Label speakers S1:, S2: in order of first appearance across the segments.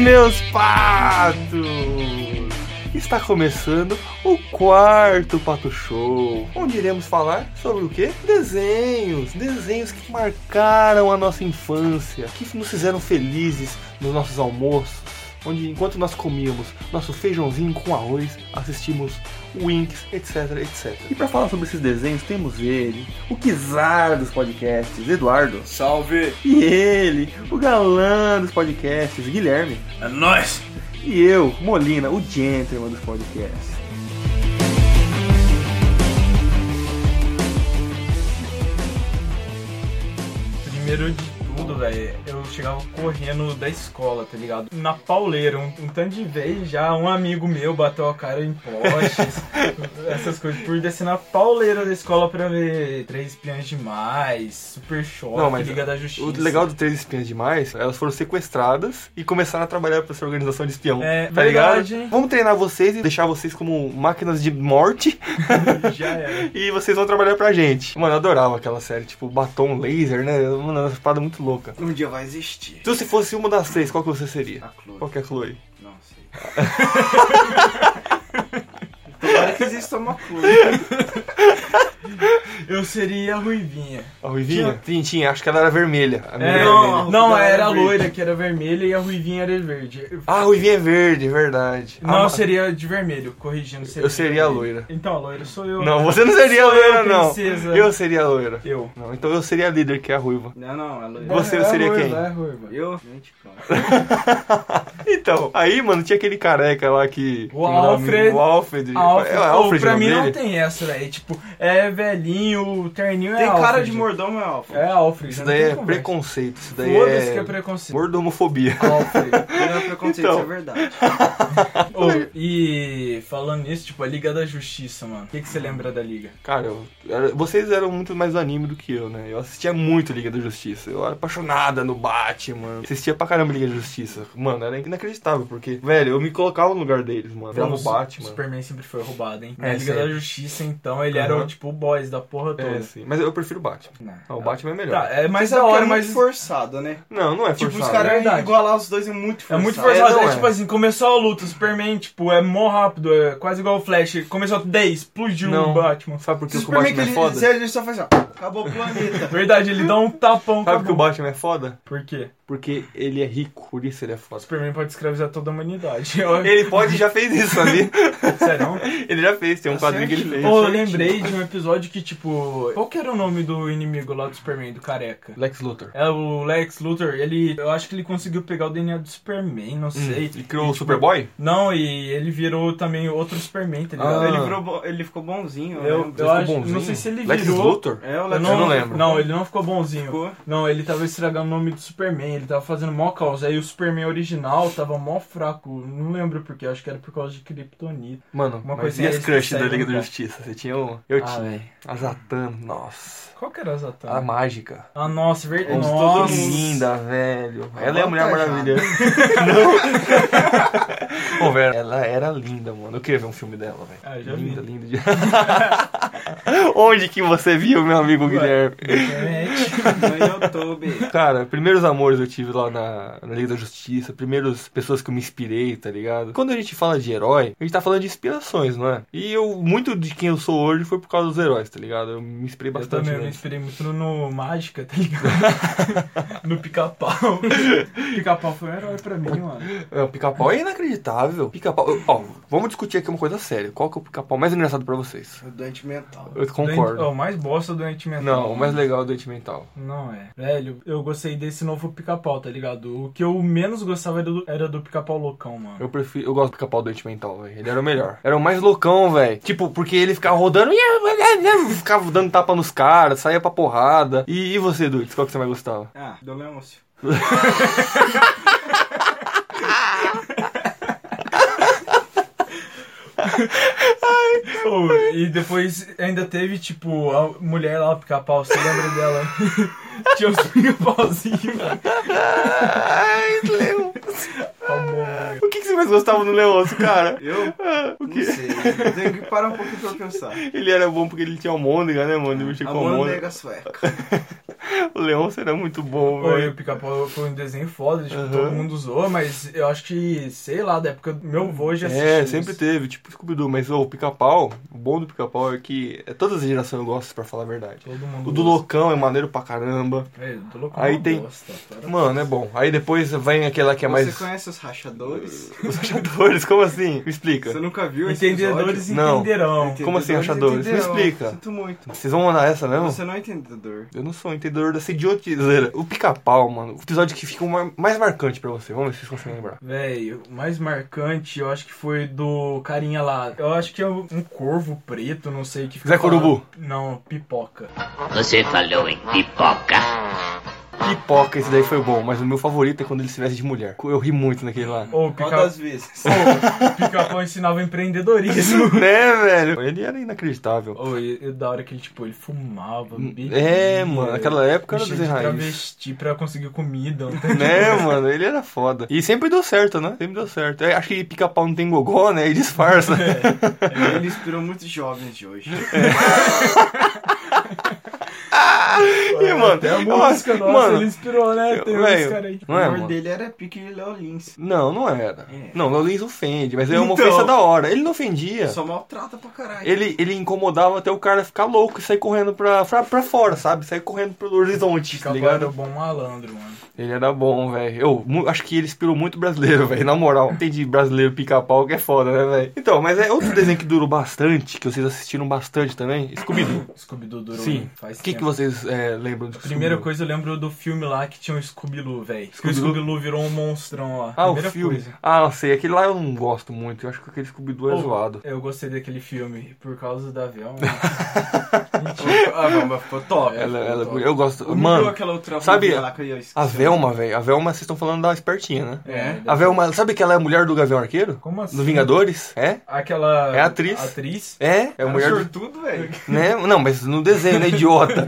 S1: meus patos! Está começando o quarto Pato Show, onde iremos falar sobre o que? Desenhos, desenhos que marcaram a nossa infância, que nos fizeram felizes nos nossos almoços, onde enquanto nós comíamos nosso feijãozinho com arroz, assistimos Winx, etc, etc. E para falar sobre esses desenhos, temos ele, o Kizar dos podcasts, Eduardo.
S2: Salve!
S1: E ele, o galã dos podcasts, Guilherme.
S2: É nóis!
S1: E eu, Molina, o gentleman dos podcasts.
S2: Primeiro de tudo, velho, eu chegava correndo da escola, tá ligado? Na pauleira, um, um tanto de vez já, um amigo meu bateu a cara em postes, essas coisas, por descer na pauleira da escola pra ver Três Espiãs Demais, Super
S1: Não,
S2: Choque,
S1: mas
S2: Liga da Justiça.
S1: O legal do Três Espiãs Demais, elas foram sequestradas e começaram a trabalhar para essa organização de espião.
S2: É,
S1: tá
S2: verdade,
S1: ligado?
S2: hein?
S1: Vamos treinar vocês e deixar vocês como máquinas de morte
S2: Já era.
S1: e vocês vão trabalhar pra gente. Mano, eu adorava aquela série, tipo, batom laser, né? Mano, uma espada muito louca. Então,
S3: Um dia vai existir.
S1: Se você fosse uma das três, qual que você seria?
S3: A Chloe.
S1: Qual que é a Chloe?
S3: Não sei. Tomara que exista uma Chloe.
S2: Eu seria a Ruivinha.
S1: A Ruivinha? Tintinha, acho que ela era vermelha. A minha
S2: É,
S1: era
S3: não,
S1: vermelha.
S3: a
S2: não,
S3: roupa dela
S2: era a
S3: era verde.
S2: loira, que era vermelha, e a Ruivinha era verde.
S1: Ah, a Ruivinha é verde, é verdade.
S2: Não,
S1: Ah,
S2: eu seria de vermelho, corrigindo.
S1: Eu seria a
S2: vermelho.
S1: loira.
S2: Então, a loira sou eu.
S1: Não, você não seria
S2: Sou
S1: loira,
S2: eu,
S1: não.
S2: princesa.
S1: Eu seria a loira.
S2: Eu.
S1: Não, então eu seria a líder, que é a ruiva.
S3: Não, não, a Chloe.
S1: Você seria
S2: ruiva,
S1: quem?
S2: É ruiva.
S3: Eu? Gente, cara.
S1: Então, aí, mano, tinha aquele careca lá que.
S2: O
S1: que era
S2: Alfred.
S1: O Alfred.
S2: A Alfred,
S1: É,
S2: ou,
S1: Alfred
S2: pra
S1: o
S2: mim
S1: nome
S2: não
S1: dele?
S2: tem essa, velho. Tipo, é velhinho, o terninho é
S3: Tem
S2: Alfred.
S3: cara de mordomo, é Alfa.
S2: É Alfred.
S1: Isso
S2: não
S1: daí
S2: tem
S1: é
S2: conversa.
S1: preconceito. Isso daí
S2: Foda-se que é
S1: é.
S2: preconceito.
S1: Mordomofobia.
S2: Alfred.
S3: Não é preconceito,
S1: Então.
S3: isso é verdade.
S2: Ô, e falando nisso, tipo, a Liga da Justiça, mano. O que, que você lembra da Liga?
S1: Cara, eu- era- vocês eram muito mais do anime do que eu, né? Eu assistia muito Liga da Justiça. Eu era apaixonada no Batman. Assistia pra caramba Liga da Justiça. Mano, era inacreditável, porque, velho, eu me colocava no lugar deles, mano. Era
S2: Então,
S1: no
S2: o
S1: Batman.
S2: Superman sempre foi roubado, hein?
S1: É,
S2: Na Liga
S1: sempre.
S2: da Justiça, então, ele era
S1: Aham.
S2: o, tipo, o boss da porra toda.
S1: É, sim. Mas eu prefiro o Batman.
S2: Não.
S1: Ah, o Batman é melhor.
S2: Tá, é mais
S3: Sabe
S2: da
S3: que
S2: hora,
S3: é muito
S2: mas...
S3: forçado, né?
S1: Não, não é forçado.
S3: Tipo, os caras
S2: Verdade.
S3: é igualar os dois é muito
S2: É
S3: forçado.
S2: muito forçado,
S1: É,
S2: é,
S1: não é.
S2: tipo assim, começou a luta, o Superman, tipo, é mó rápido, é quase igual o Flash, começou 10, explodiu
S1: Não.
S2: o Batman.
S1: Sabe por
S3: Se
S1: que
S3: o
S1: que o
S3: Superman que
S1: Batman é
S3: ele,
S1: foda?
S3: se ele só faz assim, ó, acabou o planeta.
S2: Verdade, ele dá um
S1: Sabe
S2: tapão.
S1: que o
S2: acabou.
S1: Batman é foda?
S2: Por quê?
S1: Porque ele é rico, por isso ele é
S2: O
S1: foda.
S2: Superman pode escravizar toda a humanidade. Eu-
S1: Ele pode já fez isso ali.
S2: Sério? é
S1: Ele já fez, tem um
S3: Tá
S1: quadrinho que ele
S3: certo.
S1: fez.
S2: Pô, eu
S3: certinho.
S2: lembrei de um episódio que, tipo. Qual que era o nome do inimigo lá do Superman, do careca?
S1: Lex Luthor.
S2: É o Lex Luthor, ele. Eu acho que ele conseguiu pegar o DNA do Superman,
S1: Hum.
S2: não sei.
S1: Ele criou
S2: E,
S1: o
S2: tipo,
S1: Superboy?
S2: Não, e ele virou também outro Superman, tá ligado?
S1: Ah.
S3: ele, virou bo- ele ficou bonzinho.
S2: Eu-
S3: lembro.
S1: Ele ficou
S2: acho- não sei se ele
S1: Lex
S2: virou.
S1: Luthor?
S3: É, o
S2: Eu
S3: Lex
S1: não-
S3: Luthor
S1: lembro.
S2: Não, ele não ficou bonzinho.
S3: ficou.
S2: Não, ele tava estragando o nome do Superman, ele tava fazendo mó causa. Aí o Superman original tava mó fraco, não lembro porque, acho que era por causa de Kryptonita.
S1: Mano,
S2: Uma
S1: mas
S2: coisa
S1: e
S2: que
S1: as
S2: eles
S1: crush da
S2: conseguem
S1: Liga da
S2: mudar.
S1: Justiza? Você tinha uma? Eu
S2: Ah,
S1: tinha.
S2: é.
S1: A Zatan, nossa.
S2: Qual que era a Zatanna?
S1: A mágica.
S2: Ah, nossa, verdade.
S3: Nossa.
S1: Todo
S2: Nossa.
S1: linda, velho. Ela é a Mulher
S3: Avantajada.
S1: Maravilha. Não. Pô, velho, ela era linda, mano. Eu queria ver um filme dela, velho.
S2: Ah, já vi.
S1: linda, linda. de- Onde que você viu, meu amigo Guilherme?
S2: Gente,
S3: No YouTube.
S1: Cara, primeiros amores eu tive lá na, na Liga da Justiça, primeiras pessoas que eu me inspirei, tá ligado? Quando a gente fala de herói, a gente tá falando de inspirações, não é? E eu, muito de quem eu sou hoje foi por causa dos heróis, tá ligado? Eu me inspirei
S2: Eu
S1: bastante.
S2: também eu me
S1: neles.
S2: inspirei muito no Mágica, tá ligado? no Pica-Pau. Pica-Pau foi um herói pra mim, mano.
S1: É, o pica-pau é inacreditável. Pica-pau. Ó, vamos discutir aqui uma coisa séria. Qual que é o pica-pau mais engraçado pra vocês?
S3: O doente mental.
S1: Eu
S2: Doente-
S1: concordo.
S2: oh, o mais bosta do Ant-Man.
S1: Não, o mais legal é o doente mental.
S2: Não é. Velho, eu gostei desse novo pica-pau, tá ligado? O que eu menos gostava era do, era do pica-pau loucão, mano.
S1: Eu prefiro. Eu gosto do pica-pau doente mental, velho. Ele era o melhor. Era o mais loucão, velho. Tipo, porque ele ficava rodando. Ficava dando tapa nos caras, saía pra porrada. E, e você, Dudes, qual que você mais gostava?
S3: Ah, do Leôncio.
S2: Ô, e depois ainda teve, tipo, a mulher lá, o pica-pau, você lembra dela? Tinha os pica-pauzinhos. mano.
S1: Ai, Leon.
S2: Tá bom, velho.
S1: O que, que você mais gostava do Leôncio, cara?
S3: Eu?
S1: Ah, o
S3: Não
S1: quê?
S3: sei. Eu tenho que parar um pouco pra pensar.
S1: Ele era bom porque ele tinha almôndega, né, mano? Ele mexia
S3: A
S1: com almôndega.
S3: Mônica sueca.
S1: O Leon será muito bom,
S2: Oi,
S1: velho.
S2: o Pica-Pau foi um desenho foda, tipo,
S1: Aham.
S2: todo mundo zoa, mas eu acho que, sei lá, da época do meu avô já assistiu.
S1: É,
S2: isso.
S1: sempre teve, tipo Scooby-Doo, mas ô, o pica-pau, o bom do pica-pau é que é todas as gerações gostam, pra falar a verdade.
S2: Todo mundo
S1: O do
S2: gosta.
S1: Loucão é maneiro pra caramba.
S2: É, do louco.
S1: Aí
S2: não
S1: tem-
S2: Gosta, para.
S1: Mano, é bom. Aí depois vem aquela que é mais.
S3: Você conhece os rachadores?
S1: Os rachadores, como assim? Me explica.
S3: Você nunca viu esse
S2: Entendedores
S3: episódio?
S1: um Não.
S2: entenderão.
S1: Como assim, rachadores? Me
S3: Entenderão.
S1: explica.
S3: Sinto muito.
S1: Vocês vão mandar essa, não?
S3: Você não é entendedor.
S1: Eu não sou um entendedor dessa idioticeira. O pica-pau, mano. O episódio que ficou ma- mais marcante pra você. Vamos ver se vocês conseguem lembrar.
S2: Velho, o mais marcante eu acho que foi do carinha lá. Eu acho que é um corvo preto, não sei o que. fica
S1: Zé Corubu.
S2: falando. Não, pipoca.
S4: Você falou em pipoca.
S1: Pipoca, esse daí foi bom, mas o meu favorito é quando ele se veste de mulher. Eu ri muito naquele lá.
S2: Ou
S3: Quantas
S2: pica...
S3: vezes?
S2: Ou, pica-pau ensinava empreendedorismo.
S1: né, velho? Ele era inacreditável.
S2: Ou e- e da hora que ele, tipo, ele fumava, bebia.
S1: É, mano, naquela época era
S2: mexia
S1: desenho
S2: de
S1: raiz.
S2: travesti pra conseguir comida. não tem-
S1: Né, mano? Ele era foda. E sempre deu certo, né? Sempre deu certo. É, acho que pica-pau não tem gogó, né? E disfarça.
S2: É,
S3: Ele inspirou muitos jovens de hoje.
S1: É, E, mano,
S2: Até a
S1: eu
S2: música,
S1: acho-
S2: nossa,
S1: mano,
S2: ele inspirou, né? Tem
S1: velho,
S2: uns caras aí.
S1: Não é,
S3: o
S1: mano?
S3: amor dele era pique de Léo Lins.
S1: Não, não era.
S3: É.
S1: Não, Lolins ofende, mas é uma
S3: Então.
S1: ofensa da hora. Ele não ofendia.
S3: Só maltrata pra caralho.
S1: É. Ele, ele incomodava até o cara ficar louco e sair correndo pra, pra, pra fora, sabe? Sair correndo pelo horizonte, tá
S2: Pica-pau
S1: ligado?
S2: era um bom malandro, mano.
S1: Ele era bom, velho. Eu mu- acho que ele inspirou muito brasileiro, velho. Na moral, tem de brasileiro pica-pau que é foda, né, velho? Então, mas é outro desenho que durou bastante, que vocês assistiram bastante também. Scooby-Doo.
S2: Scooby-Doo durou
S1: Sim.
S2: faz
S1: O que,
S2: tempo.
S1: que vocês é, lembram do
S2: Primeira
S1: Scooby-Doo?
S2: coisa, eu lembro do filme lá que tinha o Scooby-Loo, velho. Que o
S1: Scooby-Doo?
S2: Scooby-Loo virou um monstrão lá.
S1: Ah, o
S2: Primeira
S1: filme.
S2: coisa.
S1: Ah, não sei. Aquele lá eu não gosto muito. Eu acho que aquele Scooby-Doo é
S2: Oh,
S1: zoado.
S2: Eu gostei daquele filme por causa né? da Velma.
S3: A Velma Tá ficou top.
S1: Ela,
S3: ficou
S1: ela, é
S3: top.
S1: eu gosto.
S3: Humilhou
S1: Mano,
S3: aquela outra
S1: sabe,
S3: mulher lá que eu
S2: é
S3: esqueci
S1: a é
S3: o
S1: Velma, velho. A Velma, vocês estão falando da espertinha, né?
S3: É.
S1: A Velma, sabe que ela é a mulher do Gavião Arqueiro?
S2: Como assim?
S1: Do Vingadores? É?
S2: Aquela.
S1: É atriz.
S2: Atriz.
S1: É? É a
S3: nome.
S1: mulher
S3: Era
S1: do...
S3: sortudo, velho.
S1: Né? Não, mas no desenho, né, idiota?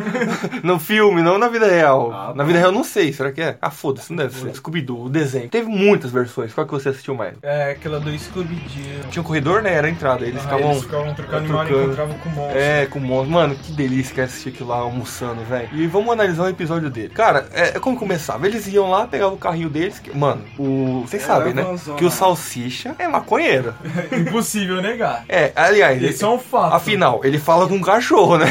S1: no filme, não na vida real.
S3: Ah,
S1: na
S3: bom.
S1: vida real, não sei. Será que é? Ah, foda-se, não deve ser. Scooby-Doo, o desenho. Teve muitas versões. Qual que você assistiu mais?
S2: É aquela do Scooby-Doo.
S1: Tinha um corredor, né? Era a entrada. Eles
S2: Ah,
S1: ficavam...
S2: eles ficavam trocando mal e
S1: trocando.
S2: encontravam com o monstro.
S1: É, com o monstro. Mano, que delícia que é assistir aquilo lá almoçando, velho. E vamos analisar o episódio dele. Cara, é, é como começava. Eles iam lá, pegavam o carrinho deles. que- mano, o. Vocês
S3: É,
S1: sabem, né?
S3: vanzona.
S1: Que o salsicha é maconheiro.
S2: Impossível negar.
S1: É, aliás, ele-
S2: Isso é um fato.
S1: afinal, ele fala com um cachorro, né?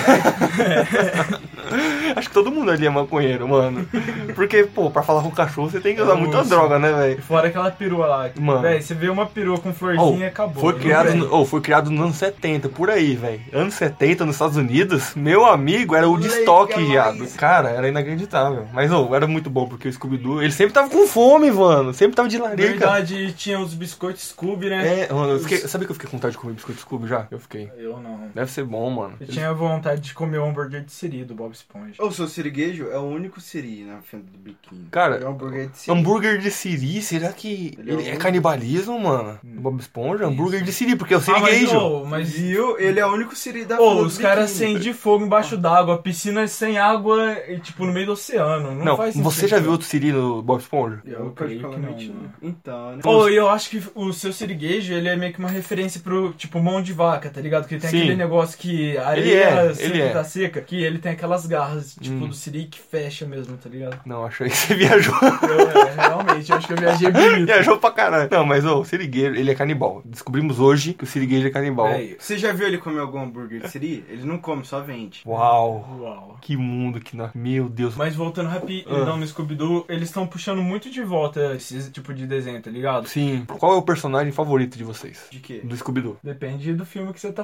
S1: Acho que todo mundo ali é maconheiro, mano. Porque, pô, pra falar com cachorro você tem que usar muita
S2: Nossa.
S1: droga, né, velho?
S2: E Fora aquela perua lá.
S1: Mano.
S2: Véi, você vê uma perua com
S1: Oh,
S2: florzinha e acabou.
S1: foi,
S2: Não
S1: criado
S2: tem.
S1: no, oh, foi criado nos anos 70, por aí, velho. Anos 70 nos Estados Unidos, meu amigo, era o de
S3: Legal
S1: estoque,
S3: isso.
S1: viado. Cara, era inacreditável. Mas, oh, era muito bom, porque o Scooby-Doo, ele sempre tava com fome, mano. Sempre tava de
S2: Na
S1: larica.
S2: verdade, tinha os biscoitos Scooby, né?
S1: É, mano, eu fiquei, sabe que eu fiquei com vontade de comer biscoito Scooby já? Eu fiquei.
S2: Eu não.
S1: Deve ser bom, mano.
S2: Eu tinha vontade de comer o hambúrguer de siri do Bob Esponja.
S3: O seu siriguejo é o único siri na frente do biquinho.
S1: Cara,
S3: é um hambúrguer de siri.
S1: Hambúrguer de siri, será que
S3: Ele é
S1: ele é
S3: um-
S1: canibalismo, mano?
S2: Hum.
S1: Bob Esponja, hambúrguer de siri, porque é o
S2: Ah, mas,
S1: sirigueijo.
S2: ô, mas
S3: Viu? Ele é o único siri
S1: tá
S3: da
S2: ô,
S3: fila do
S2: os caras
S3: biquinho.
S2: sem de fogo embaixo d'água, piscina sem água, e, tipo, no meio do oceano. Não,
S1: não,
S2: faz sentido.
S1: você já viu outro siri no Bob Esponja?
S3: Eu,
S2: Eu creio que
S3: particularmente,
S2: não,
S3: não.
S2: mano.
S3: Então, né?
S2: Pô, e eu acho que o seu siriguejo, ele é meio que uma referência pro, tipo, mão de vaca, tá ligado? Que tem
S1: Sim.
S2: aquele negócio que a
S1: Ele
S2: areia
S1: é,
S2: sempre
S1: ele é.
S2: tá seca, que ele tem aquelas garras, tipo,
S1: Hum.
S2: do siri que fecha mesmo, tá ligado?
S1: Não, achei que você viajou.
S2: Eu, é, realmente, eu acho que eu viajei bonito.
S1: Viajou pra caralho. Não, mas ô, o sirigueiro, ele é canibal. Descobrimos hoje que o sirigueiro é canibal.
S2: Véi,
S3: Você já viu ele comer algum hambúrguer de siri? Ele não come, só vende.
S1: Uau,
S2: Uau.
S1: que mundo que nós. Meu Deus.
S2: Mas voltando
S1: Ah.
S2: rapidão no Scooby-Doo, eles estão puxando muito de volta esse tipo de desenho, tá ligado?
S1: Sim, qual é o personagem favorito de vocês?
S3: De quê?
S1: Do Scooby-Doo.
S2: Depende do filme que você tá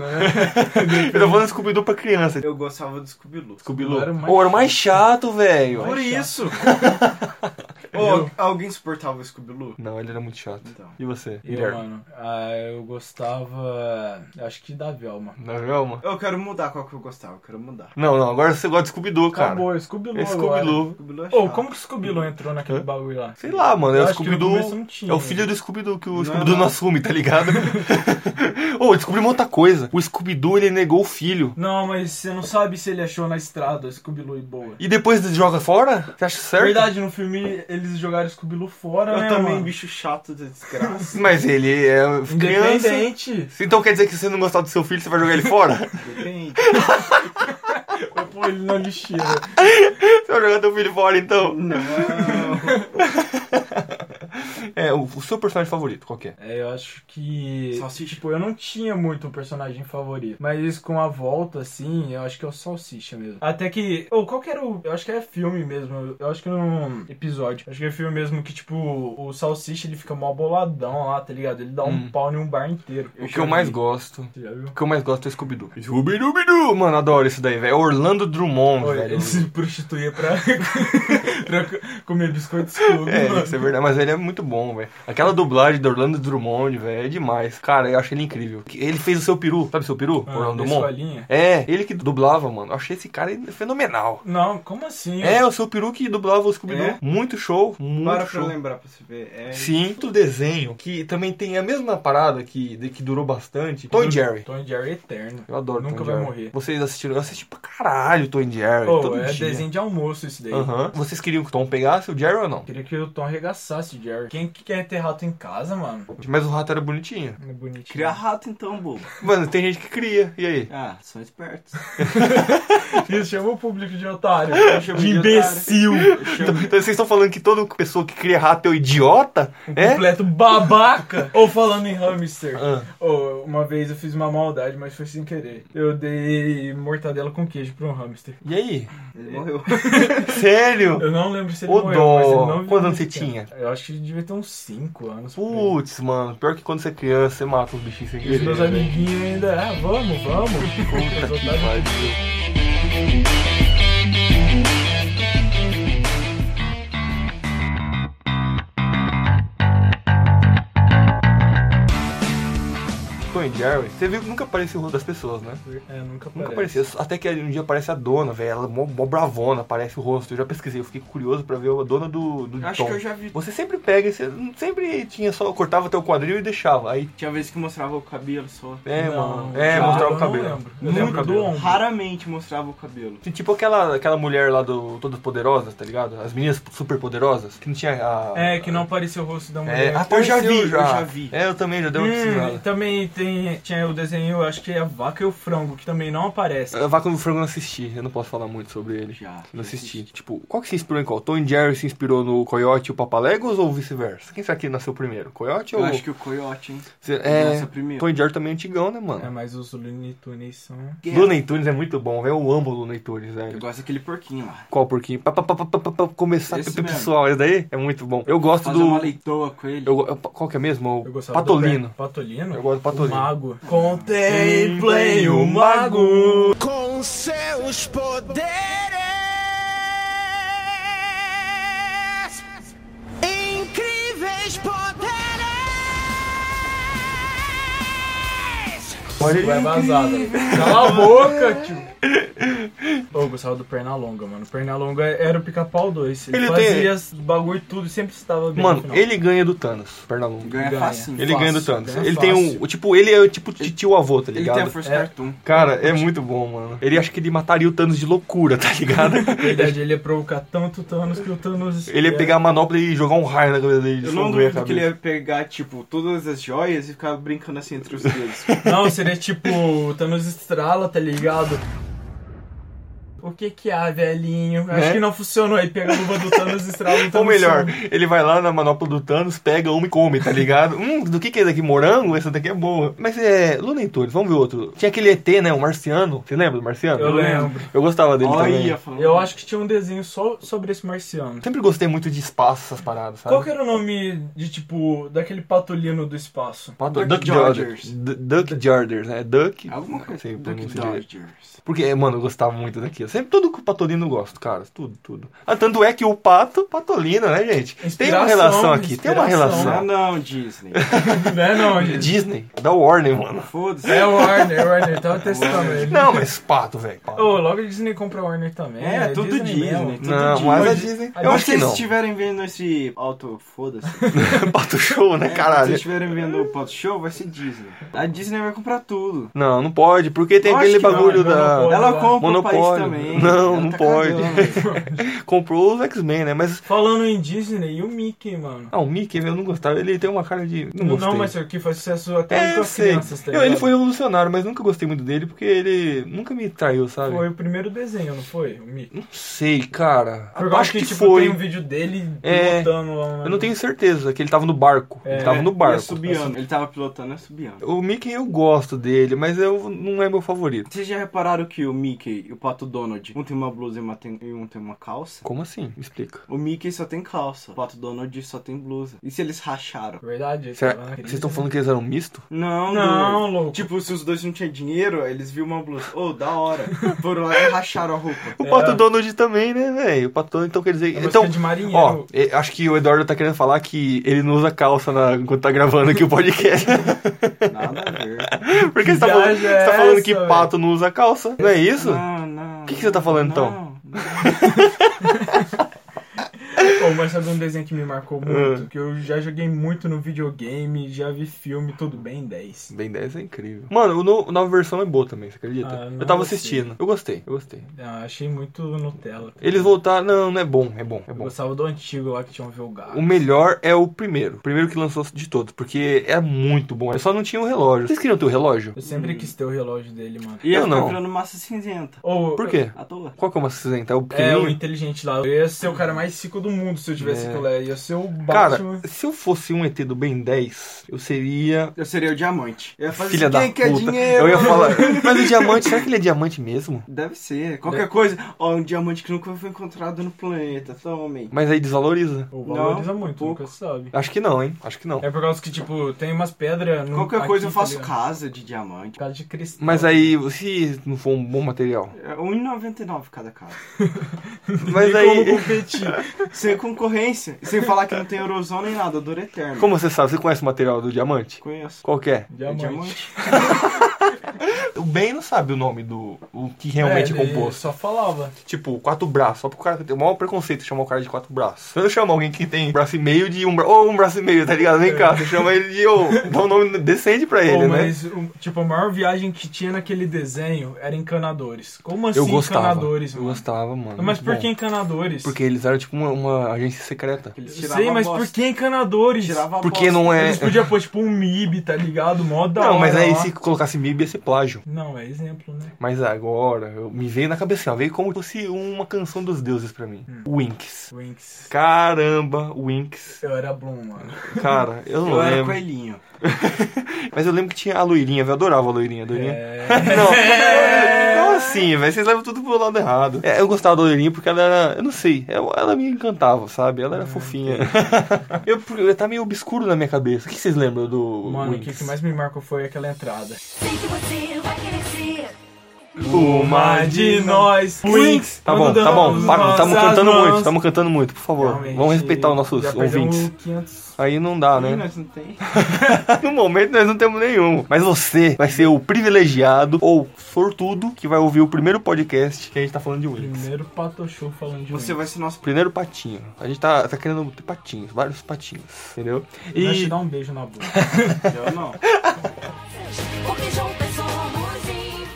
S2: né?
S1: Eu tô falando Scooby-Doo pra criança.
S3: Eu gostava do Scooby-Doo.
S1: Scooby-Doo.
S2: Era o é mais
S1: Ô, era o mais chato, velho.
S3: Por
S2: Vai achar.
S3: isso! Ô, alguém suportava o Scooby-Doo?
S1: Não, ele era muito chato.
S3: Então.
S1: E você?
S2: Eu, mano, ah, eu gostava. Acho que da Velma.
S1: Não, Velma?
S3: Eu quero mudar qual que eu gostava, eu quero mudar.
S1: Não, não, agora você gosta de Scooby-Doo, cara.
S2: Acabou, Scooby-Doo.
S1: É
S2: agora.
S1: Scooby-Doo.
S3: Scooby-Doo é
S2: Ô,
S3: chato.
S2: como que o Scooby-Doo entrou naquele
S1: Hã?
S2: bagulho lá?
S1: Sei lá, mano, é
S2: Eu
S1: o
S2: acho que no começo
S1: Scooby-Doo.
S2: não tinha. né? é
S1: É o filho do Scooby-Doo que o
S3: Não,
S1: Scooby-Doo não
S3: não.
S1: assume, tá ligado? Ô, descobrimos outra coisa. O Scooby-Doo, ele negou o filho.
S2: Não, mas você não sabe se ele achou na estrada Scooby-Doo e boa.
S1: E depois ele joga fora? Você acha
S2: Na
S1: certo?
S2: verdade, no filme eles jogaram Scooby-Doo fora, né?
S3: Eu também,
S2: mano?
S3: bicho chato da desgraça.
S1: Mas ele é criança.
S2: Independente.
S1: Então quer dizer que se você não gostar do seu filho, você vai jogar ele fora?
S3: Depende.
S2: Eu pôr ele na lixeira.
S1: Você vai jogar teu filho fora então?
S3: Não.
S1: É, o, o seu personagem favorito, qual que é?
S2: É, eu acho que.
S3: Salsicha.
S2: Tipo, eu não tinha muito um personagem favorito. Mas com a volta, assim, eu acho que é o Salsicha mesmo. Até que. Ou qual que era o. Eu acho que é filme mesmo. eu- Eu acho que é um episódio. Acho que é filme mesmo que, tipo, o Salsicha ele fica mó boladão lá, tá ligado? Ele dá um pau em um bar inteiro.
S1: Hum.
S2: Tá
S1: O que eu mais gosto.
S2: Você já viu?
S1: O que eu mais gosto é Scooby-Doo. Scooby-Doo! Mano, adoro isso daí, velho. É Orlando Drummond,
S2: Oi,
S1: velho.
S2: ele se prostituía pra, pra co- comer biscoito escuro.
S1: É,
S2: mano.
S1: isso é verdade, mas ele é muito bom, velho. Aquela dublagem do Orlando Drummond, velho, é demais. Cara, eu achei ele incrível. Ele fez o seu peru, sabe o seu peru?
S2: Ah,
S1: Orlando
S2: da
S1: Drummond?
S2: escolinha?
S1: É, ele que dublava, mano. Eu achei esse cara é fenomenal.
S2: Não, como assim?
S1: É, o seu peru que dublava o Scooby-Doo.
S3: É?
S1: Muito show, muito
S3: Para pra
S1: show.
S3: lembrar pra você ver. É...
S1: Sim, do desenho, que também tem a mesma parada que, de- que durou bastante. Tom e Jerry.
S2: Tom e Jerry é eterno.
S1: Eu adoro
S2: Nunca
S1: Tom e
S2: vai
S1: Jerry.
S2: morrer.
S1: Vocês assistiram? Eu assisti pra caralho Tom e Jerry.
S2: Oh,
S1: todo
S2: é
S1: dia.
S2: desenho de almoço isso daí.
S1: Aham. Vocês queriam que o Tom pegasse o Jerry ou não?
S2: Queria que o Tom arregaçasse o Jerry. Quem que quer ter rato em casa, mano?
S1: Mas o rato era bonitinho.
S2: É Bonitinho.
S5: Cria rato então, bobo.
S1: Mano, tem gente que cria. E aí?
S5: Ah, são espertos.
S2: Isso chama o público de otário.
S3: chamo
S2: de
S3: de
S2: imbecil.
S1: Então, então vocês estão falando que toda pessoa que cria rato é um idiota? É?
S2: Completo babaca. Ou falando em hamster.
S1: Ah.
S2: Ou uma vez eu fiz uma maldade, mas foi sem querer. Eu dei mortadela com queijo pra um hamster.
S1: E aí?
S3: Ele morreu.
S1: Sério?
S2: Eu não lembro se ele
S1: Ô,
S2: morreu,
S1: dó.
S2: mas ele não viveu
S1: Quantos anos
S2: muito
S1: você
S2: tempo. Eu acho que devia ter uns 5 anos. por aí.
S1: Putz, mano. Pior que quando você é criança, você mata os bichinhos sem
S2: E os
S1: querer.
S2: meus
S1: né?
S2: amiguinhos ainda, ah, vamos, vamos. Os
S1: Puta que
S2: otários.
S1: pariu. Tom e Jerry, você viu que nunca apareceu o rosto das pessoas, né?
S2: É, nunca aparece.
S1: Nunca apareceu. Até que um dia aparece a dona, velho. Ela é mó, mó bravona, aparece o rosto. Eu já pesquisei, eu fiquei curioso pra ver a dona do, do
S5: Acho
S1: Tom.
S5: que eu já vi.
S1: Você sempre pega, e você sempre tinha só, cortava teu quadril e deixava. Aí,
S5: Tinha vez que mostrava o cabelo só.
S1: é,
S2: Não,
S1: mano. É,
S2: cara,
S1: mostrava
S2: eu
S1: o
S2: não
S1: cabelo.
S2: lembro. Eu
S1: Muito
S2: lembro do
S1: cabelo.
S2: ombro.
S5: Raramente mostrava o cabelo.
S1: Tipo aquela, aquela mulher lá do Todas Poderosas, tá ligado? As meninas super poderosas, que não tinha a.
S2: É, que não apareceu o rosto da mulher.
S1: É, até eu já vi,
S5: Apareceu, eu
S1: já.
S5: já vi.
S1: É, eu também já dei uma
S2: Hum,
S1: pesquisada.
S2: também tem, tinha o desenho, eu acho que é a vaca e o frango, que também não aparece.
S1: A Vaca no Frango eu não assisti, eu não posso falar muito sobre ele.
S5: Já.
S1: Não assisti. Tipo, qual que se inspirou em qual? Tom e Jerry se inspirou no Coyote e o Papalegos ou vice-versa? Quem será que nasceu primeiro? Coyote
S5: Eu
S1: ou.
S5: acho que o coiote, hein?
S1: Cê- é,
S5: Nossa, primeiro.
S1: Tom e Jerry também é antigão, né,
S2: É,
S1: mano?
S2: mas os Looney Tunes são...
S1: É. Looney Tunes é muito bom, velho. Eu amo o Looney Tunes, velho.
S5: Eu gosto daquele porquinho lá.
S1: Qual porquinho? Pra, pra, pra, pra, pra, pra começar
S5: Esse
S1: pro
S5: mesmo.
S1: pessoal, esse daí é muito bom. Eu gosto
S5: Fazer
S1: do.
S5: uma leitoa com ele.
S1: Eu go- eu- qual que é mesmo?
S2: Eu
S1: O
S2: gostava
S1: Patolino.
S2: Do Patolino?
S1: Eu gosto do Patolino.
S2: O mago. Contemplei o mago.
S6: com seus poderes, incríveis poderes.
S1: Mas ele-
S2: Vai vazar, velho. Cala a boca, tio. Ô, eu gostava do Pernalonga, mano. Pernalonga era o pica-pau 2. Ele,
S1: Ele tem-
S2: fazia os bagulho tudo, sempre estava bem no
S1: Mano,
S2: final.
S1: ele ganha do Thanos, Pernalonga.
S5: Ganha,
S2: Ganha.
S5: facinho.
S1: Ele
S2: Fácil,
S1: ganha do Thanos.
S2: ganha
S1: ele tem um.
S2: fácil.
S1: Tipo, ele é tipo titio avô, tá
S5: Ele tem a
S1: ligado?
S5: força
S2: É.
S5: cartoon.
S1: Cara, é muito bom, mano. Ele acha que ele mataria o Thanos de loucura, tá ligado?
S2: Na verdade, ele ia provocar tanto Thanos que o Thanos...
S1: ele ia pegar a manopla e jogar um raio na cabeça dele.
S5: É. Eu
S1: de
S5: não
S1: não a
S5: duvido que
S1: cabeça.
S5: ele ia pegar, tipo, todas as joias e ficar brincando assim entre os dedos.
S2: Não, seria tipo o Thanos estrala, tá ligado? O que que há, velhinho? Acho
S1: Né?
S2: que não funcionou. Aí pega a luva do Thanos estrala e o
S1: Ou
S2: Thanos
S1: melhor,
S2: some.
S1: ele vai lá na manopla do Thanos, pega uma e come, tá ligado? hum, do que que é isso aqui? Morango? Essa daqui é boa. Mas é. Luna e Tunes, vamos ver outro. Tinha aquele ET, né? O Marciano. Você lembra do Marciano?
S2: Eu lembro.
S1: Eu gostava dele também.
S5: Olha, falando.
S2: Eu acho que tinha um desenho só sobre esse marciano.
S1: Sempre gostei muito de espaço, essas paradas, sabe?
S2: Qual que era o nome de tipo daquele patolino do espaço?
S1: Pato-
S5: Duck
S1: Duck Jorders.
S5: Jorders.
S1: Du- Duck Jorders, né? Duck.
S5: Alguma coisa.
S1: Sim,
S5: Duck
S1: pronuncia direito.
S5: Dodgers.
S1: Porque, mano, eu gostava muito daquilo. Sempre tudo que o Patolino eu gosto, cara. Tudo, tudo. Ah, tanto é que o Pato, Patolino, né, gente? Tem uma
S2: Inspiração,
S1: relação aqui, tem uma
S2: inspiração.
S5: Ah,
S1: relação.
S5: não, Disney.
S2: Não é não, gente.
S1: Disney, da Warner, mano.
S5: Foda-se.
S2: É o Warner, é o Warner, tava testando ele.
S1: Não, mas Pato, velho. Pato.
S2: Ô, logo a Disney compra a Warner também.
S5: É, tudo Disney.
S2: mesmo.
S5: tudo
S1: Não,
S5: Disney.
S1: mas a
S5: Mas-
S1: Disney.
S2: mas
S1: Eu
S5: Mas
S1: acho
S5: se
S1: que
S5: vocês
S1: não.
S5: estiverem vendo esse auto, foda-se.
S1: Pato Show, né,
S5: Se É, vocês
S1: caralho?
S5: estiverem vendo o Pato Show, vai ser Disney. A Disney vai comprar tudo.
S1: Não, não pode, porque tem
S5: Eu acho
S1: aquele
S5: que não, né?
S1: bagulho
S2: não, não
S1: da.
S2: pode.
S1: né?
S5: Ela compra o país
S1: Monopólio.
S5: também.
S3: X-Men.
S1: Não,
S3: ela
S1: não
S3: tá
S1: pode.
S3: cagando.
S1: Comprou os X-Men, né? Mas.
S2: Falando em Disney, e o Mickey, mano?
S1: Ah, o Mickey, eu não gostava. Ele tem uma cara de. Não,
S2: Não,
S1: gostei.
S2: mas isso aqui faz sucesso até
S1: É,
S2: hoje com
S1: eu
S2: as
S1: sei.
S2: crianças, tá
S1: Eu- ele
S2: ligado?
S1: foi revolucionário, mas nunca gostei muito dele porque ele nunca me traiu, sabe?
S2: Foi o primeiro desenho, não foi? O Mickey.
S1: Não sei, cara.
S2: Por
S1: Eu
S2: causa
S1: acho
S2: que,
S1: que,
S2: tipo,
S1: foi.
S2: tem um vídeo dele
S1: É,
S2: botando lá. né?
S1: Eu não tenho certeza, que ele tava no barco.
S2: É,
S1: ele tava no
S5: Ele é
S1: barco.
S5: subiano. Ele tava pilotando, é subiano.
S1: O Mickey eu gosto dele, mas eu não é meu favorito.
S5: Vocês já repararam que o Mickey e o Pato Donald, um tem uma blusa e, uma tem- e um tem uma calça?
S1: Como assim? Me explica.
S5: O Mickey só tem calça, o Pato Donald só tem blusa. E se eles racharam?
S2: Verdade.
S1: Será-
S2: tá lá,
S1: Vocês
S2: querido.
S1: estão falando que eles eram misto?
S5: Não,
S2: Não,
S5: doido.
S2: louco.
S5: Tipo, se os dois não tinham dinheiro, eles viram uma blusa. Ô, da hora. Foram lá e racharam a roupa.
S1: O Pato Donald também, né, velho? O Pato Donald, então quer dizer.
S2: É uma
S1: então,
S2: música de marinheiro.
S1: ó, eh, acho que o Eduardo tá querendo falar que ele não usa calça na- enquanto tá gravando aqui o podcast.
S5: Nada a ver.
S1: Porque você tá, falando,
S2: viagem é
S1: você tá falando
S2: essa,
S1: que
S2: velho?
S1: pato não usa calça. Não é isso?
S5: Não, não.
S1: O que que você tá falando, então?
S5: não,
S2: Ô, mas sabe um desenho que me marcou
S1: Ah.
S2: muito? Que eu já joguei muito no videogame, já vi filme, tudo bem, 10.
S1: Bem 10 é incrível. Mano, o no- a nova versão é boa também, você acredita?
S2: Ah, não
S1: eu tava
S2: sei.
S1: assistindo. Eu gostei, eu gostei.
S2: Ah, achei muito Nutella.
S1: Eles voltaram. Não, não é bom, é bom, é
S2: Eu
S1: bom.
S2: gostava do antigo lá que tinha um Velgar.
S1: O melhor é o primeiro. O primeiro que lançou de todos, porque é muito bom. Eu só não tinha o relógio. Vocês queriam ter o relógio?
S2: Eu sempre quis ter o relógio dele, mano.
S5: E
S1: Eu
S5: eu
S1: não.
S5: não. virando massa cinzenta.
S2: Ou,
S1: Por quê?
S5: À toa.
S1: Qual que é uma cinzenta? É o
S2: É, o
S1: pequenininho?
S2: inteligente lá. Eu ia ser o cara mais rico do mundo se eu tivesse
S1: É.
S2: aquilo lá. Ia ser o
S1: Cara,
S2: Batman.
S1: se eu fosse um ET do Ben 10, eu seria.
S5: Eu seria o diamante. Eu ia fazer
S1: Filha
S5: assim,
S1: da
S5: quem
S1: puta.
S5: quer dinheiro?
S1: Eu ia falar. Mas o diamante, será que ele é diamante mesmo?
S5: Deve ser. Qualquer coisa. Ó, um diamante que nunca foi encontrado no planeta. Tomem.
S1: Mas aí desvaloriza.
S2: Ou valoriza
S5: Não,
S2: muito,
S5: pouco.
S2: nunca se sabe.
S1: Acho que não, hein? Acho que não.
S2: É por causa que, tipo, tem umas pedras no.
S5: Qualquer
S2: aqui,
S5: coisa eu
S2: tá
S5: faço
S2: ligado?
S5: casa de diamante.
S2: Casa de cristal.
S1: Mas aí, se não for um bom material.
S5: É 1,99 cada casa.
S1: Mas
S2: Tem como
S1: aí.
S2: competir.
S5: Sem concorrência. Sem falar que não tem eurozona nem nada. Dor eterna.
S1: Como você sabe? Você conhece o material do diamante?
S5: Conheço.
S1: Qual que é?
S5: É
S2: Diamante.
S1: O Ben não sabe o nome do. O que realmente é,
S2: ele
S1: composto.
S2: Só falava.
S1: Tipo, quatro braços. Só pro cara que tem o maior preconceito chamar o cara de quatro braços. Você não chama alguém que tem braço e meio de um braço. Ô, um braço e meio, tá ligado? Vem cá. Você chama ele de. Ô, dá um nome decente pra ele,
S2: Pô,
S1: né?
S2: É. mas, o- tipo, a maior viagem que tinha naquele desenho era encanadores. Como assim
S1: Eu gostava.
S2: encanadores,
S1: eu
S2: mano?
S1: gostava, mano.
S2: Mas
S1: Muito
S2: por
S1: bom.
S2: que encanadores?
S1: Porque eles eram tipo uma, uma agência secreta.
S5: Eles tiravam
S2: Sei, mas
S5: a
S2: por
S5: bosta.
S2: que encanadores?
S5: Tirava a
S1: Porque
S5: bosta.
S1: não é.
S2: Eles podiam pôr, tipo, um MIB, tá ligado? Mó da
S1: Não,
S2: hora
S1: mas aí
S2: lá.
S1: se colocasse MIB ia ser plágio.
S2: Não, é exemplo, né?
S1: Mas agora, eu- me veio na cabeça, assim, ó, veio como se fosse uma canção dos deuses pra mim.
S2: Hum.
S1: Winx.
S2: Winx.
S1: Caramba, Winx.
S2: Eu era Bloom, mano.
S1: Cara, eu não
S5: Eu era
S1: lembro.
S5: coelhinho.
S1: Mas eu lembro que tinha a loirinha, velho. Eu adorava a loirinha. A loirinha.
S2: É...
S1: Não, não assim, velho. Vocês levam tudo pro lado errado. É, eu gostava da loirinha porque ela era. Eu não sei. eu- Ela me encantava, sabe?
S2: Ah,
S1: Ela era fofinha. eu, porque tá meio obscuro na minha cabeça. O que vocês lembram do.
S2: Mano, o
S1: Winx?
S2: que, que mais me marcou foi aquela entrada.
S6: Sei que você vai querer ser.
S1: Uma de nós.
S2: nós,
S1: Winx! Tá bom, tá bom. Para, estamos cantando muito, estamos cantando muito, por favor. Vamos respeitar os nossos ouvintes.
S2: um
S1: Aí não dá,
S5: Ih,
S1: né?
S5: nós não tem.
S1: No momento nós não temos nenhum. Mas você vai ser o privilegiado ou sortudo que vai ouvir o primeiro podcast que a gente tá falando de Winx.
S2: Primeiro pato show falando de
S5: Você vai
S2: Winx.
S5: ser nosso...
S1: Primeiro patinho. A gente tá, tá querendo ter patinhos, vários patinhos, entendeu?
S2: Vai te
S1: E
S2: dar um beijo na boca.
S5: Eu não.
S6: Porque juntas somos invencíveis.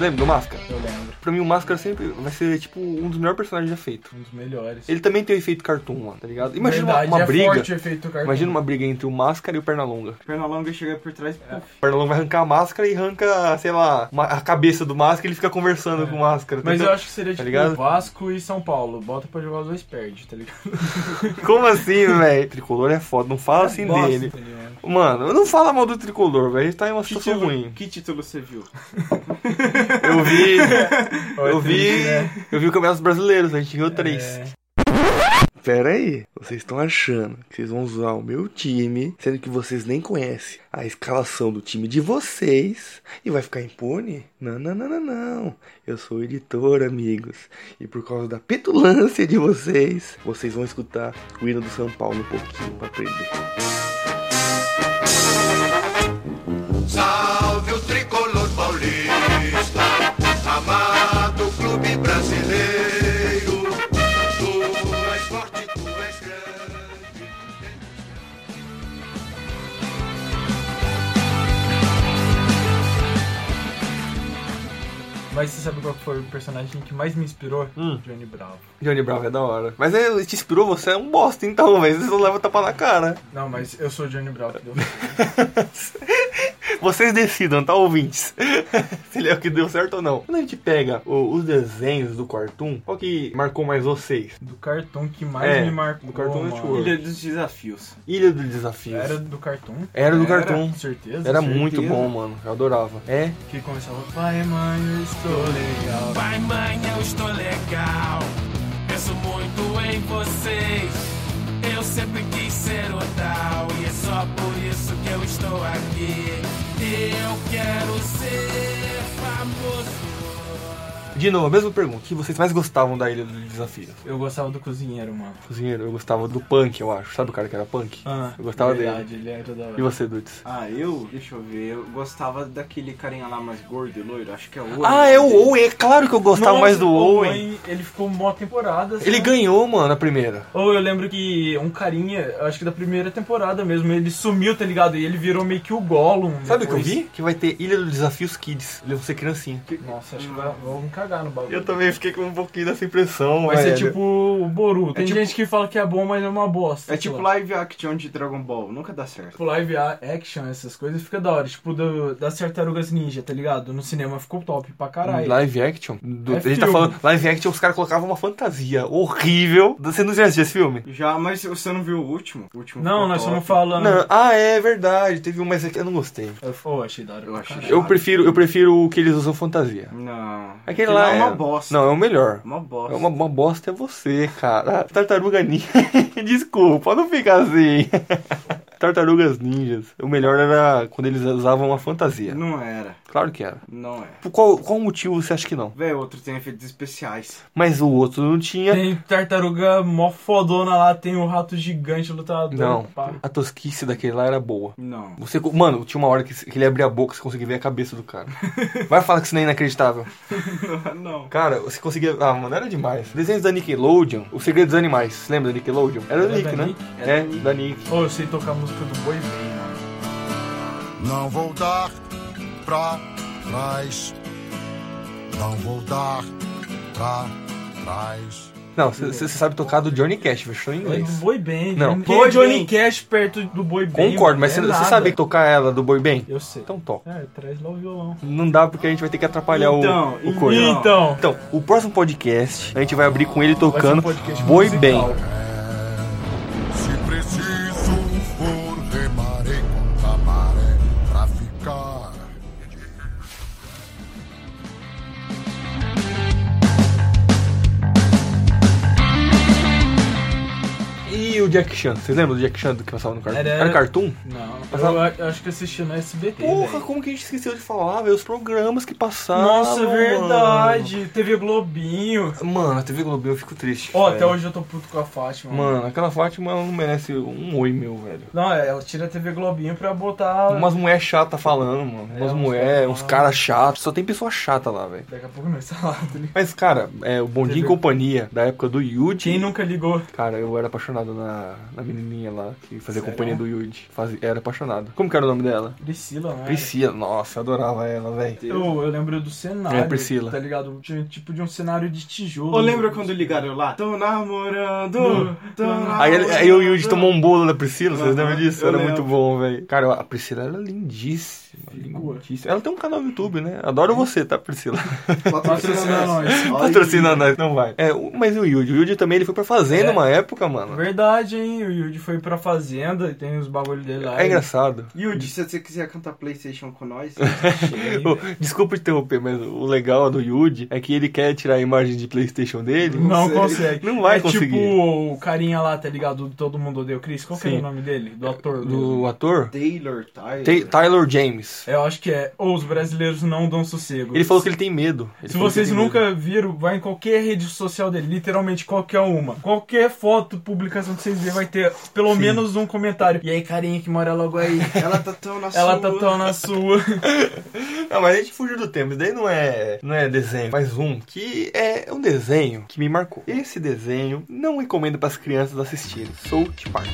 S1: lembra do Máscara?
S2: Eu lembro.
S1: Pra mim o Máscara sempre vai ser tipo um dos melhores personagens já feito.
S2: Um dos melhores.
S1: Ele também tem o efeito cartoon, mano, tá ligado? Imagina uma-
S2: Verdade,
S1: uma,
S2: é
S1: briga.
S2: Forte o efeito cartoon.
S1: Imagina uma briga entre o Máscara e o Pernalonga.
S5: Pernalonga chega por trás. puf,
S1: O Pernalonga vai arrancar a máscara e arranca, sei lá, uma- a cabeça do máscara e ele fica conversando com o máscara.
S2: É. Mas eu acho que seria
S1: Tá
S2: tipo
S1: ligado?
S2: Vasco e São Paulo. Bota pra jogar os dois perde, tá ligado?
S1: Como assim, velho? Tricolor é foda, não fala assim
S2: Bosta,
S1: dele.
S2: tá ligado?
S1: Mano, não fala mal do tricolor, velho. Ele tá em uma
S5: Que
S1: situação
S5: título,
S1: ruim.
S5: que título você viu?
S1: Eu vi. eu
S2: É
S1: vi.
S2: triste, né?
S1: Eu vi o Campeonato Brasileiro, a gente ganhou três.
S2: É.
S1: Pera aí, vocês estão achando que vocês vão usar o meu time, sendo que vocês nem conhecem a escalação do time de vocês e vai ficar impune? Não, não, não, não, não. Eu sou o editor, amigos. E por causa da petulância de vocês, vocês vão escutar o hino do São Paulo um pouquinho pra aprender.
S7: Salve o tricolor paulista, amado clube brasileiro. Tu és forte, tu és grande.
S2: Mas você sabe qual foi o personagem que mais me inspirou?
S1: Hum.
S2: Johnny Bravo.
S1: Johnny Bravo é da hora. Mas ele te inspirou, você é um bosta então, velho. Você só leva tapa na cara.
S2: Não, mas eu sou o Johnny Bravo. entendeu?
S1: Vocês decidam, tá, ouvintes? Se ele é o que deu certo ou não. Quando a gente pega o- os desenhos do Cartoon, qual que marcou mais vocês?
S2: do cartoon que mais
S1: É,
S2: me marcou.
S1: do Cartoon
S2: mano.
S1: Network.
S5: Ilha é dos Desafios.
S1: Ilha dos Desafios.
S2: Era do cartoon?
S1: Era do Cartoon.
S2: Certeza.
S1: Era
S2: certeza.
S1: muito bom, mano. Eu adorava. É.
S2: Que começava, vai mãe, eu estou legal.
S8: Pai, mãe, eu estou legal. Penso muito em vocês. Eu sempre quis ser o tal. E é só por isso que eu estou aqui. Eu quero ser famoso.
S1: De novo, a mesma pergunta. O que vocês mais gostavam da Ilha dos Desafios?
S2: Eu gostava do cozinheiro, mano.
S1: Cozinheiro, eu gostava do punk, eu acho. Sabe o cara que era punk?
S2: Ah,
S1: eu gostava
S2: verdade,
S1: dele.
S2: ele era da hora.
S1: E você, Dudes?
S5: Ah, eu? Deixa eu ver. Eu gostava daquele carinha lá mais gordo e loiro. Acho que é o Owen.
S1: Ah, é o Owen. É claro que eu gostava
S2: Nossa,
S1: mais do
S2: o
S1: Owen.
S2: Ele ficou mó temporada.
S1: Ele
S2: ganhou.
S1: ganhou, mano, a primeira.
S2: Ou eu lembro que um carinha, acho que da primeira temporada mesmo, ele sumiu, tá ligado? E ele virou meio que o Gollum.
S1: Sabe o que eu
S2: depois.
S1: vi? Que vai ter Ilha dos Desafios Kids. Eles vão ser criancinha.
S2: Nossa, acho que vai- vamos cagar no bagulho.
S1: também fiquei com um pouquinho dessa impressão,
S2: Vai ser tipo o Boruto. Tem
S1: tipo-
S2: gente que fala que é bom, mas é uma bosta.
S5: É
S2: sei
S5: tipo
S2: lá.
S5: live action de Dragon Ball. Nunca dá certo.
S2: Tipo, live a- action, essas coisas, fica da hora. Tipo, do, das tartarugas ninja, tá ligado? No cinema ficou top pra caralho.
S1: Live action? Do-
S2: um É
S1: a gente tá
S2: filme.
S1: falando live action, os caras colocavam uma fantasia horrível. Você não já assistiu esse filme?
S5: Já, mas você não viu o último? O último
S2: Não,
S5: ficou
S2: nós
S5: top.
S2: estamos falando.
S1: Não. Ah, é verdade. Teve um, mas eu não gostei.
S2: Eu, oh, achei da hora.
S5: Eu
S2: pra
S5: achei
S2: caralho.
S1: Eu prefiro, eu prefiro o que eles usam fantasia.
S5: Não.
S1: Aquele lá
S5: é
S1: é
S5: uma bosta.
S1: Não, é o melhor.
S5: Uma bosta.
S1: É uma, uma bosta é você, cara. Tartaruga Ninja. Desculpa, não fica assim. Tartarugas Ninjas. O melhor era quando eles usavam uma fantasia.
S5: Não era.
S1: Claro que era.
S5: Não é.
S1: Por qual, qual motivo você acha que não?
S5: Véi, outro tem efeitos especiais.
S1: Mas o outro não tinha.
S2: Tem tartaruga mó fodona lá, tem o rato gigante lutador.
S1: Não.
S2: pá.
S1: A tosquice daquele lá era boa.
S5: Não.
S1: Você, co- mano, tinha uma hora que, que ele abria a boca, você conseguia ver a cabeça do cara. Vai falar que isso não é inacreditável.
S5: não.
S1: Cara, você conseguia. Ah, mano, era demais. Desenhos da Nickelodeon, O Segredo dos Animais. Você lembra da Nickelodeon? Era,
S2: Era
S1: da Nick,
S2: da
S1: né?
S2: Nick?
S1: É, da Nick.
S2: Oh, eu sei tocar a música do Boi Bem, mano.
S7: Não vou dar pra trás. Não vou dar pra trás.
S1: Não, você você sabe tocar do Johnny Cash, fechou em
S2: É do
S1: inglês.
S2: Boi Bem.
S1: Não.
S2: Quem
S1: Boi
S2: é Johnny
S1: Band.
S2: Cash perto do Boi Bem?
S1: Concordo,
S2: mano?
S1: mas você
S2: É
S1: você
S2: nada.
S1: sabe tocar ela do Boy Band?
S2: Eu sei.
S1: Então toca.
S2: É, traz lá o violão.
S1: Não dá porque a gente vai ter que atrapalhar
S5: Então,
S1: o, o coisa.
S2: Então.
S1: Então, o próximo podcast, a gente vai abrir com ele tocando
S2: Vai ser um podcast
S1: Boi
S2: musical.
S1: Bem.
S7: Se preciso for, remarei contra a maré pra ficar.
S1: E o Jack Chan? Vocês lembram do Jack Chan do que passava no cartoon?
S2: Era-
S1: era cartoon?
S2: Não, eu,
S1: Passava-
S2: a- eu acho que assisti no SBT.
S1: Porra,
S2: velho.
S1: como que a gente esqueceu de falar, velho? Os programas que passavam.
S2: Nossa, é verdade. TV Globinho.
S1: Mano, Mano, a TV Globinho eu fico triste.
S2: Ó,
S1: velho.
S2: até hoje eu tô puto com a Fátima.
S1: Mano, aquela Fátima ela não merece um oi meu, velho.
S2: Não, é, ela tira a TV Globinho pra botar.
S1: Umas mulher chata falando, mano. É, Umas
S2: uns
S1: mulher,
S2: caras
S1: uns
S2: falando.
S1: caras chatos. Só tem pessoa chata lá, velho.
S2: Daqui a pouco nós tá lá, tá ligado?
S1: Mas, cara, é, o Bom Dia em
S2: Entendeu?
S1: Companhia, da época do Yuji.
S2: Quem nunca ligou?
S1: Cara, eu era apaixonado na, na menininha lá que fazia companhia do Yuji. Fazia, era apaixonado. Como que era o nome dela?
S2: Priscila,
S1: É.
S2: né?
S1: Priscila. Nossa, eu adorava ela, velho.
S2: Eu, eu lembro do cenário.
S1: É, Priscila.
S2: Tá ligado? Tinha tipo de um cenário de tijolo.
S5: Ou lembra quando ligaram lá? Tô namorando, tô namorando.
S1: Aí, ele- aí o Yuji tomou um bolo da Priscila, vocês
S5: Aham,
S1: lembram disso?
S5: eu
S1: Era
S5: lembro.
S1: muito bom, velho. Cara, a Priscila era lindíssima,
S2: Ficou.
S1: lindíssima. Ela tem um canal no YouTube, né? Adoro você, tá, Priscila?
S2: Patrocina nós.
S1: Patrocina nós, não vai. É, o- mas e o Yuji? O Yuji também ele foi pra fazenda
S2: É.
S1: uma época, mano.
S2: Verdade, hein? O Yudi foi pra fazenda e tem os bagulho dele lá.
S1: É engraçado.
S5: Yudi, se você quiser cantar Playstation com nós,
S2: Cheio,
S1: Ô,
S2: velho.
S1: Desculpa interromper, mas o legal do Yuji é que ele quer tirar a imagem de Playstation dele.
S2: Não consegue.
S1: Não vai
S2: é
S1: conseguir.
S2: Tipo o carinha lá, tá ligado? Do Todo mundo odeia o Chris. Qual que era
S1: Sim.
S2: o nome dele? Do ator.
S1: Do ator?
S5: Taylor, Tyler.
S1: Ta- Tyler James.
S2: Eu acho que é. Ou os brasileiros não dão sossego.
S1: Ele falou que ele tem medo. Ele
S2: Se
S1: falou que
S2: vocês
S1: tem medo.
S2: nunca viram, vai em qualquer rede social dele, literalmente qualquer uma. Qualquer foto, publicação que vocês verem, vai ter pelo menos um comentário. E aí, carinha que mora logo aí,
S5: Ela tá tão na
S2: ela tá
S5: sua.
S2: tão na sua.
S1: Não, mas a gente fugiu do tema. Isso daí não é, não é desenho, mas um que é um desenho que me marcou. Esse desenho não recomendo para as crianças assistirem. South Park.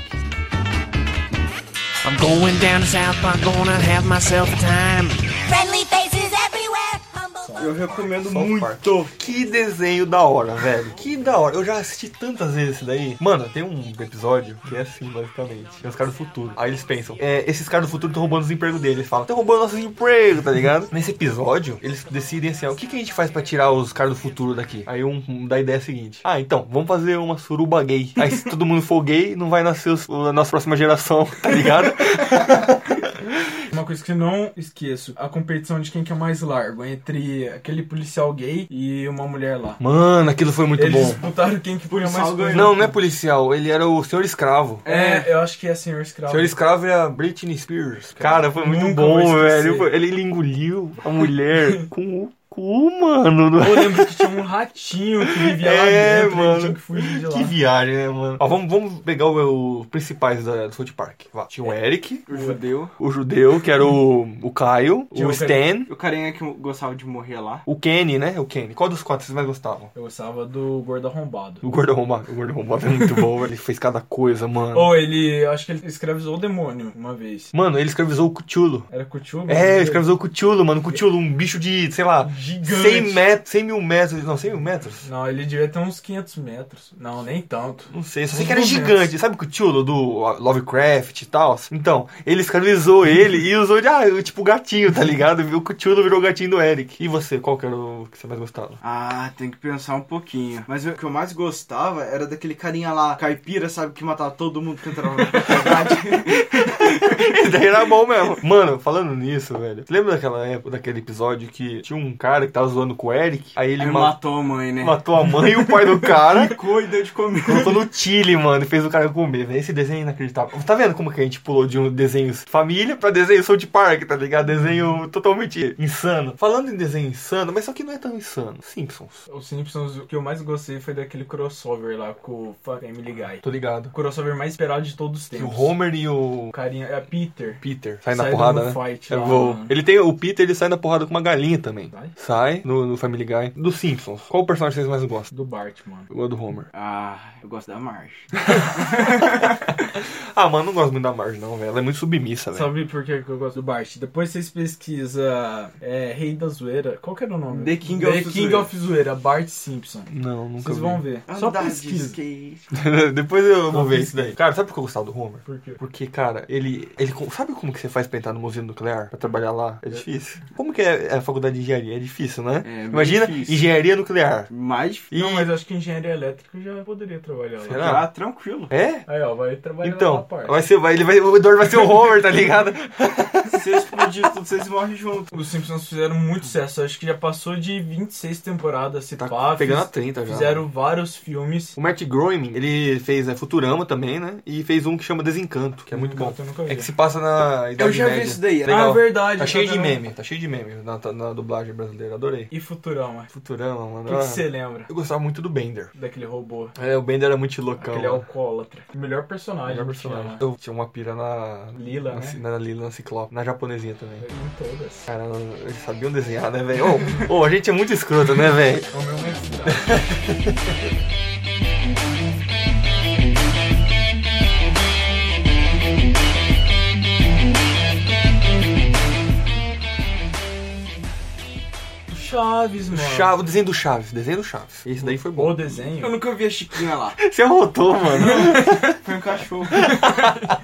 S8: I'm going down to South Park, gonna have myself a time.
S6: Friendly faces everywhere. Humble
S5: Eu recomendo
S1: South
S5: muito.
S1: Park. Que desenho da hora, velho. Que da hora. Eu já assisti tantas vezes esse daí. Mano, tem um episódio que é assim, basicamente. Tem os caras do futuro. Aí eles pensam, é, esses caras do futuro estão roubando os empregos deles. Eles falam, estão roubando nossos empregos, tá ligado? Nesse episódio, eles decidem assim, ó, o que, que a gente faz pra tirar os caras do futuro daqui? Aí um, um dá a ideia seguinte. Ah, então, vamos fazer uma suruba gay. Aí se todo mundo for gay, não vai nascer os- a nossa próxima geração, tá ligado?
S2: Uma coisa que eu não esqueço, a competição de quem que é o mais largo, entre aquele policial gay e uma mulher lá.
S1: Mano, aquilo foi muito
S2: Eles
S1: bom.
S2: disputaram quem que punha mais
S5: Policial
S2: coisa.
S1: Não, não é policial, ele era o senhor escravo.
S2: É, eu acho que é senhor escravo.
S1: Senhor Escravo é a Britney Spears. Cara, foi muito
S2: Nunca
S1: bom,
S2: vou esquecer.
S1: velho. Ele, ele engoliu a mulher com o cu, mano.
S2: Eu lembro que tinha um ratinho que vivia lá
S1: É,
S2: dentro
S1: mano.
S2: e tinha que fugir de lá.
S1: Que viagem, né, mano? Ó, vamos, vamos pegar o- os principais da, do South Park. Vá. Tinha o
S2: É.
S1: Eric,
S5: O judeu.
S1: o judeu, que era o, o Caio,
S2: Tinha
S1: o
S2: o
S1: Stan,
S5: O carinha que gostava de morrer lá.
S1: o Kenny, né? O Kenny. Qual dos quatro vocês mais gostavam?
S2: Eu gostava do gordo arrombado.
S1: O Gordo Arrombado. O Gordo Arrombado é muito bom, velho. Ele fez cada coisa, mano.
S2: Ou ele, eu acho que ele escravizou o demônio uma vez.
S1: Mano, ele escravizou o Cthulhu.
S2: Era Cthulhu? né?
S1: É, ele escravizou o Cthulhu, mano. Cthulhu, um bicho de, sei lá,
S2: Gigante.
S1: 100, metros, 100 mil metros. Não, 100 mil metros?
S2: Não, ele devia ter uns 500 metros. Não, nem tanto.
S1: Não sei, só sei
S2: Uns
S1: que era
S2: 200.
S1: gigante. Sabe que o Tchulo do Lovecraft e tal? Então, ele escravizou ele e usou de, ah, eu, tipo gatinho, tá ligado? Viu que o Tchulo virou o gatinho do Eric. E você, qual que era o que você mais gostava?
S5: Ah, tem que pensar um pouquinho. Mas o que eu mais gostava era daquele carinha lá, caipira, sabe, que matava todo mundo que entrava na faculdade.
S1: Esse daí era bom mesmo. Mano, falando nisso, velho. Você lembra daquela época, daquele episódio que tinha um cara que tava zoando com o Eric? Aí ele
S5: Ele
S1: ma-
S5: matou a mãe, né?
S1: matou a mãe e o pai do cara.
S5: Ficou e deu de comer.
S1: Colocou no Chile, mano, e fez o cara comer, velho. Esse desenho é inacreditável. Tá vendo como que a gente pulou de um desenho família pra desenho South Park, tá ligado? Desenho totalmente insano. Falando em desenho insano, mas só que não é tão insano. Simpsons.
S2: Os Simpsons, o que eu mais gostei foi daquele crossover lá com o Family Guy.
S1: Tô ligado.
S2: O crossover mais esperado de todos os
S1: Que
S2: tempos.
S1: O Homer e o
S2: O carinha, é Peter.
S1: Peter saem na
S2: Sai
S1: porrada,
S2: do
S1: né?
S2: fight
S1: É
S2: lá,
S1: voo.
S2: mano.
S1: Ele tem o Peter, ele sai na porrada com uma galinha também.
S2: Sai?
S1: Sai no, no Family Guy. Do Simpsons. Qual personagem vocês mais gostam?
S2: Do Bart, mano.
S1: Eu gosto do Homer.
S5: Ah, eu gosto da Marge.
S1: Ah, mano, não gosto muito da Marge, não, velho. Ela é muito submissa, velho.
S2: Sabe por que que eu gosto do Bart? Depois vocês pesquisam é, Rei da Zoeira. Qual que era o nome?
S5: The King of
S2: King
S5: Zoeira.
S2: of Zoeira, Bart Simpson.
S1: Não, nunca
S2: Vocês
S1: vi.
S2: vou ver. Só
S5: Andar Ah, de
S2: pesquisa.
S5: skate.
S1: Depois eu vou
S2: Só
S1: ver
S2: fiz
S1: isso daí. Cara, sabe por que eu gostava do Homer?
S2: Por quê?
S1: Porque, cara, ele. ele co- sabe como que você faz pra entrar no museu nuclear? Pra trabalhar lá? É difícil. Como que é a faculdade de engenharia? É difícil, né?
S5: É, bem
S1: Imagina
S5: difícil.
S1: engenharia nuclear.
S5: Mais
S1: E-
S2: Não, mas acho que engenharia elétrica já poderia trabalhar lá.
S1: Será?
S5: já, Ah, tranquilo.
S1: É?
S2: Aí, ó, vai trabalhar lá na
S1: Então,
S2: parte.
S1: vai ser, vai, ele vai, o Eduardo vai ser o Homer, tá ligado?
S5: Se eu explodir tudo, vocês morrem junto.
S2: Os Simpsons fizeram muito sucesso. Acho que já passou de 26 temporadas, se
S1: Tá
S2: pá.
S1: pegando a
S2: fiz-
S1: 30 já. né?
S2: Fizeram vários filmes.
S1: O Matt Groening, ele fez é, Futurama também, né? E fez um que chama Desencanto, que é muito
S2: Hum,
S1: bom.
S2: eu nunca vi.
S1: É que se passa na Idade
S5: Eu já vi
S1: Média.
S5: isso daí, né?
S1: Legal.
S2: Ah, verdade.
S1: Tá cheio de
S2: Futurama.
S1: meme, tá cheio de meme na, na dublagem brasileira, adorei.
S2: E Futurama.
S1: Futurama, mano.
S2: O que
S1: ah.
S2: que você lembra
S1: Eu gostava muito do Bender.
S2: daquele robô?
S1: É, o Bender era muito loucão.
S2: Aquele
S1: né?
S2: alcoólatra. O melhor personagem.
S1: Melhor
S2: que
S1: personagem.
S2: tinha lá.
S1: Eu tinha uma pira na.
S2: Lila,
S1: na,
S2: né?
S1: na Lila, na Ciclope. Na japonesinha também.
S2: Em né? todas.
S1: Cara, eles sabiam desenhar, né, velho? Ô, ô, a gente é muito escroto, né, velho?
S2: É o meu mais Chaves, mano.
S1: Chave, o desenho do Chaves, desenho do Chaves. Esse daí foi
S2: O
S1: bom.
S5: Eu
S2: desenho.
S5: nunca vi a Chiquinha lá.
S1: Você arrotou, mano.
S5: Foi um cachorro.
S1: Tá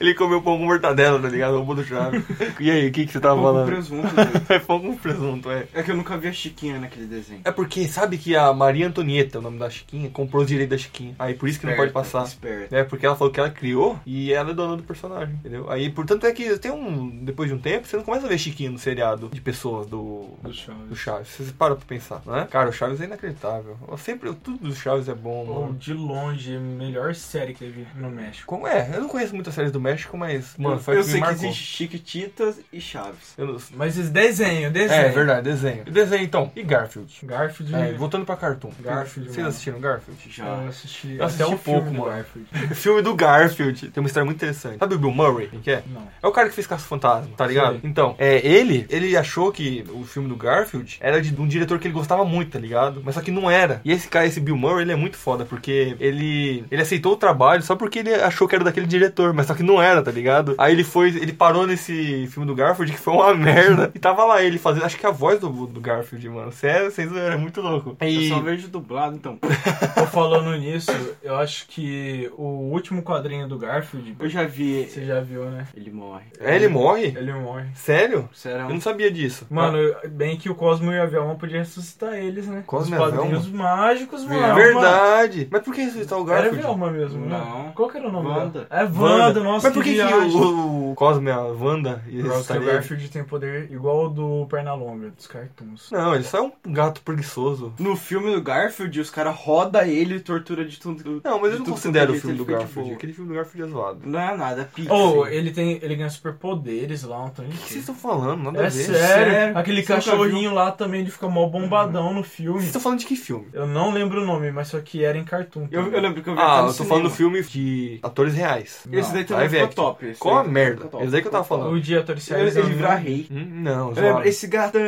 S1: Ele comeu pão com mortadela, tá ligado? O pão do Chaves. E aí, o que, que você tava
S5: Pão com
S1: falando?
S5: presunto. velho.
S1: É pão com presunto, é.
S5: É que eu nunca vi a Chiquinha naquele desenho.
S1: É porque sabe que a Maria Antonieta, o nome da Chiquinha, comprou os direitos da Chiquinha. Aí por
S2: É,
S1: isso que não pode passar.
S5: Esperto.
S1: É, porque ela falou que ela criou e ela é dona do personagem, entendeu? Aí, portanto, é que tem um. Depois de um tempo, você não começa a ver Chiquinho no seriado de pessoas do.
S2: Do Chaves.
S1: Do Chaves. Vocês param pra pensar, né? Cara, o Chaves é inacreditável. Eu sempre. Tudo do Chaves é bom,
S2: Ou
S1: mano.
S2: de longe, melhor série que teve no México.
S1: Como é? Eu não conheço muitas séries do México, mas. Mano, foi
S5: eu
S1: a que
S5: sei
S1: me
S5: que
S1: marcou.
S5: existe Chiquititas e Chaves.
S1: Eu não-
S2: Mas esse desenho, desenho.
S1: É verdade, desenho. E desenho então. E Garfield?
S2: Garfield.
S1: É, voltando pra Cartoon.
S2: Garfield,
S1: Vocês
S2: mano.
S1: assistiram Garfield?
S5: Já.
S2: Eu assisti,
S1: Eu assisti
S2: até o
S1: pouco,
S2: filme do
S1: mano.
S2: Garfield.
S1: filme do Garfield. Tem uma história muito interessante. Sabe o Bill Murray? Quem que é?
S2: Não.
S1: É o cara que fez Caça Fantasma, tá ligado?
S2: Sei.
S1: Então, é ele, ele achou que o filme do Garfield era de, de um diretor que ele gostava muito, tá ligado? Mas só que não era. E esse cara, esse Bill Murray, ele é muito foda, porque ele, ele aceitou o trabalho só porque ele achou que era daquele diretor, mas só que não era, tá ligado? Aí ele foi, ele parou nesse filme do Garfield, que foi uma merda. E tava lá ele fazendo, acho que é a voz do, do Garfield, mano. Sério, vocês é muito louco.
S5: Eu
S1: E...
S5: só vejo dublado, então.
S2: Tô falando nisso, eu acho que o último quadrinho do Garfield,
S5: Eu já vi.
S2: você já viu, né?
S5: Ele morre.
S1: É, ele morre?
S2: Ele morre.
S1: Sério? Eu
S2: um
S5: Serão.
S1: não sabia disso.
S2: Mano, bem que o Cosmo e a Velma podiam ressuscitar eles, né?
S1: Tá. Cosmo
S2: Os
S1: e a Velma?
S2: quadrinhos mágicos, mano.
S1: Verdade. Mas por que ressuscitar o
S2: Era
S1: Garfield?
S2: Velma mesmo, né?
S5: Não.
S2: Qual que era o nome
S5: Wanda.
S2: dela? É Wanda, nossa,
S1: Mas por que, que
S2: viagem.
S1: o, é o Cosme, a Wanda, ia
S2: Por causa
S1: ressuscitar
S2: que o
S1: ele?
S2: Garfield tem poder igual ao do Pernalonga, dos cartoons.
S1: Não, ele só é um gato preguiçoso.
S5: No filme do Garfield, os caras rodam ele e tortura de tudo.
S1: Não, mas eu
S5: de
S1: não
S5: tudo
S1: considero o
S5: quanto é
S1: filme
S5: jeito,
S1: do
S5: ele fica de
S1: Garfield.
S5: boa.
S1: Aquele filme do Garfield é zoado.
S5: Não é nada, é pique.
S2: Ou
S5: assim.
S2: Oh, ele tem. ele ganha superpoderes lá, um tanto de
S1: O que
S2: coisa.
S1: vocês estão falando? Nada a ver.
S2: É sério.
S5: Sério?
S2: Aquele
S5: Você nunca
S2: cachorrinho lá também, ele fica mó bombadão no
S1: Vocês
S2: filme.
S1: estão falando de que filme?
S2: Eu não lembro o nome, mas só que era em cartoon.
S5: Eu, eu lembro que eu vi até
S1: Ah,
S5: no
S1: eu tô
S5: cinema.
S1: falando do filme de atores reais.
S2: Não.
S5: Esse daí também
S1: Live
S5: ficou
S1: action.
S5: top. esse
S1: Qual a
S5: daí
S1: merda?
S5: ficou top.
S1: Esse daí que eu tava falando.
S2: O dia terciário.
S5: Ele, ele virar rei.
S1: Hum, Não,
S5: Eu lembro,
S1: zoado.
S5: esse gatão.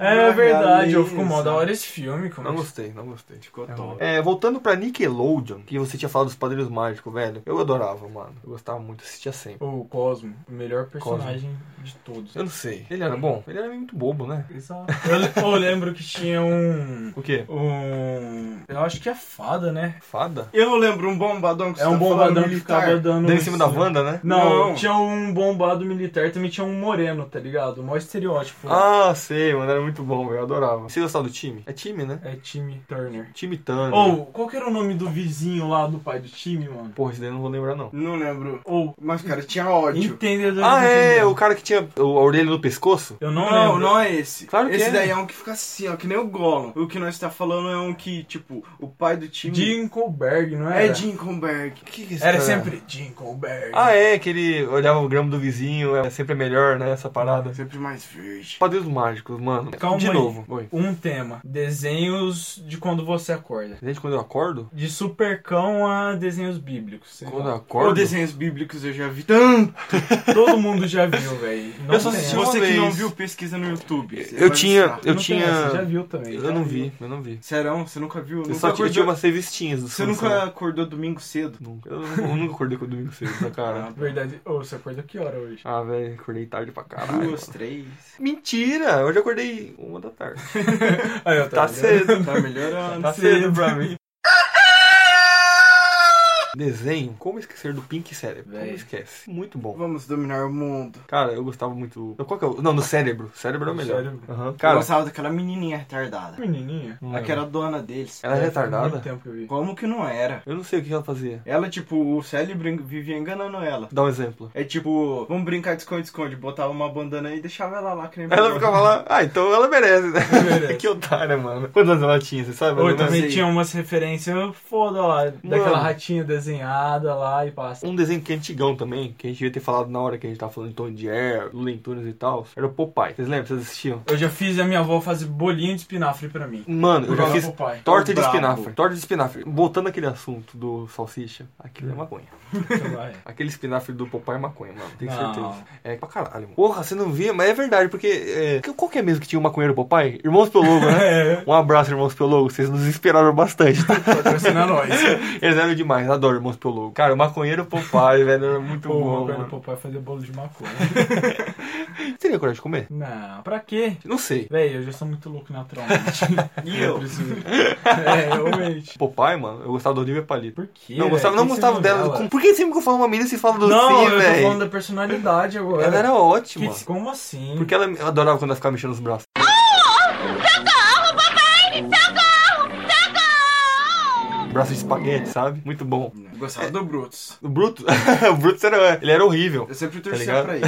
S2: É verdade, eu fico mó
S5: moda
S2: da
S1: É
S2: hora esse filme. Como
S1: Não gostei, não gostei.
S5: Ficou top.
S1: É, voltando pra Nickelodeon, que você tinha falado dos Padrinhos Mágicos, velho. Eu adorava, mano. Eu gostava muito, assistia sempre.
S2: O Cosmo, o melhor personagem de todos.
S1: Eu não sei. Ele era bom? Ele era muito bobo, né?
S2: Exato. Eu, le- eu lembro que tinha um.
S1: O quê?
S2: Um. Eu acho que é fada, né?
S1: Fada?
S5: Eu não lembro um bombadão que
S2: É
S5: você
S2: um
S5: tá falando
S2: bombadão que
S5: militar.
S2: ficava dando.
S1: Deu em cima da Wanda, né?
S2: Não,
S5: Não.
S2: tinha um bombado militar, também tinha um moreno, tá ligado? O maior estereótipo.
S1: Ah, sei, mano. Era muito bom, velho. Eu adorava. Você gostava do time? É time, né?
S2: É time Turner.
S1: Time Turner.
S2: Ou, qual que era o nome do vizinho lá do pai do time, mano?
S1: Porra, esse daí eu não vou lembrar, não.
S5: Não lembro.
S2: Ou,
S5: Mas, cara, tinha ódio.
S2: entendedor.
S1: Ah,
S2: do
S1: é,
S2: futebol.
S1: o cara que tinha o- a orelha no pescoço?
S2: Eu não,
S5: Não,
S2: lembro.
S5: não é esse.
S1: Claro que
S5: esse
S1: é.
S5: daí é um que fica assim, ó, que nem o Gollum. O que nós está falando é um que, tipo, o pai do time.
S2: é Jim Colberg, não era?
S5: É Dinkelberg.
S1: Que que esse
S2: Era
S1: cara-
S2: sempre Jim Colberg.
S1: É. Ah, é, que ele olhava o grama do vizinho, é sempre melhor, né? Essa parada.
S5: Sempre mais verde.
S1: Padrinhos mágicos, mano.
S2: Calma
S1: De
S2: aí.
S1: novo. Oi.
S2: Um tema. Desenhos de quando você acorda.
S1: Gente, quando eu acordo,
S2: De supercão a desenhos bíblicos. sei
S1: quando
S2: lá.
S1: eu
S5: Ou
S1: acordo.
S5: desenhos bíblicos eu já vi tanto.
S2: Todo mundo já viu, velho.
S1: Eu só assisti uma
S5: Você que não
S1: vez.
S5: viu, pesquisa no YouTube. Você
S1: Eu
S5: vai
S1: tinha.
S5: achar.
S1: Eu
S2: já
S1: tinha.
S2: viu também. tá? já
S1: Eu não
S2: viu.
S1: vi, eu não vi.
S5: Serão? Você nunca viu?
S1: Eu
S5: Nunca
S1: só tinha,
S5: acordou-
S1: tinha umas revistinhas do
S5: Você
S1: Sansão.
S5: nunca acordou domingo cedo?
S1: Nunca. Eu, não- eu nunca acordei com o domingo cedo, tá, cara?
S2: Verdade. Ô, você acorda que hora hoje?
S1: Ah, velho, acordei tarde pra caralho.
S5: Duas, três.
S1: Mentira! Hoje eu acordei uma da tarde.
S2: Aí, eu
S1: Tá cedo.
S5: Tá melhorando.
S1: Tá cedo pra mim. Desenho, como esquecer do Pink Cérebro? Como
S2: Véi.
S1: esquece? Muito bom.
S5: Vamos dominar o mundo.
S1: Cara, eu gostava muito. Qual que é o. Não, do cérebro. Cérebro é o
S2: Do
S1: melhor.
S2: Cérebro.
S1: Aham.
S5: Eu
S1: Cara, Hum.
S5: gostava daquela menininha retardada.
S2: Menininha.
S1: não
S5: A que
S1: lembro.
S5: era dona deles.
S1: ela é
S2: Faz muito
S1: retardada?
S2: tempo que eu vi.
S5: Como que não era?
S1: Eu não sei o que ela fazia.
S5: Ela, tipo, o cérebro en- vivia enganando ela.
S1: Dá um exemplo.
S5: É tipo, vamos brincar de esconde-esconde. Botava uma bandana e deixava ela lá, que nem
S1: Ela ficava lá, ah, então ela merece, né?
S2: Merece.
S1: que otária, mano. Quantos anos ela tinha, você sabe?
S2: Ou
S1: mais ou menos?
S2: também
S5: sei.
S2: tinha umas referências foda lá, daquela
S1: assim. Mano.
S2: ratinha desenhada lá e passa.
S1: Um desenho que é antigão também, que a gente devia ter falado na hora que a gente tava falando de Tom de Air, Lula em Tunes e tal, era o Popeye. Vocês lembram? Vocês assistiam?
S2: Eu já fiz a minha avó fazer bolinho de espinafre pra mim.
S1: Mano, eu já
S2: Igual
S1: fiz
S2: ao Popeye.
S1: torta de
S5: Brabo.
S1: espinafre. Torta de espinafre. Voltando aquele assunto do salsicha, aquilo é
S2: Hum.
S1: maconha.
S2: Então
S1: Aquele espinafre do Popeye é maconha, mano. Tenho
S2: Não.
S1: certeza. É pra caralho, mano. Porra, você não via, mas é verdade, porque. É... que- Qual que é mesmo que tinha o maconheiro Popeye? Irmãos Pelogo,
S2: É,
S1: né? Um abraço, irmãos Pelogo. Vocês nos inspiraram bastante, tá?
S2: Patrocina nós.
S1: Eles eram demais, adoro irmãos Pelogo. Cara, o maconheiro Popeye, velho, era muito
S2: Pô,
S1: bom.
S2: o velho
S1: Mano.
S2: papai fazer bolo de maconha.
S1: Você teria coragem de comer?
S2: Não, pra quê?
S1: Não sei.
S2: Véi, eu já sou muito louco naturalmente.
S5: E eu?
S2: preciso. É, realmente.
S1: Popeye, mano, eu gostava do Olivia Palito.
S2: Por quê?
S1: Não,
S2: véi?
S1: gostava, não
S2: Quem
S1: gostava
S2: é você
S1: dela.
S2: viu
S1: Com- Por que sempre que eu falo uma menina, você fala do
S2: Não,
S1: C,
S2: eu tô falando
S1: velho?
S2: da personalidade agora.
S1: Ela era ótima.
S2: que, Como assim?
S1: Porque ela eu adorava quando ela ficava mexendo os braços. Braço de espaguete, sabe? Muito bom.
S5: Eu gostava do Brutus.
S1: O Bruto, o Bruto era, ele era horrível.
S5: Eu sempre torcia
S1: ligado?
S5: pra ele.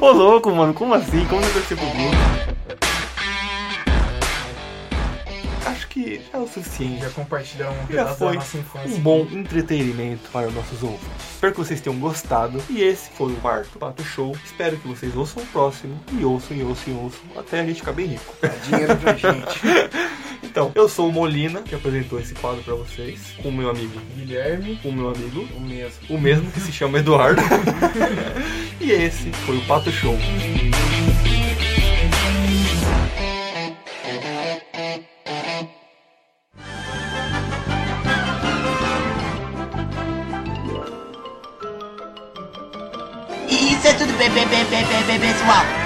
S1: Ô louco, mano, como assim? Como você torceu pro Bruto? Acho que já é o suficiente.
S2: Já compartilharam um
S1: Já
S2: pedaço da
S1: foi
S2: nossa infância.
S1: um bom entretenimento para os nossos ouvintes. Espero que vocês tenham gostado. E esse foi o quarto Pato Show. Espero que vocês ouçam o próximo. E ouçam, e ouçam, e ouçam. Até a gente ficar bem rico.
S5: Dá Dinheiro pra gente.
S1: Então, eu sou o Molina, que apresentou esse quadro para vocês. Com o meu amigo.
S2: Guilherme.
S1: O meu amigo.
S5: O mesmo.
S1: O mesmo que se chama Eduardo. e esse foi o Pato Show.
S9: tudo bem, bem, bem, bem, bem, bem, pessoal.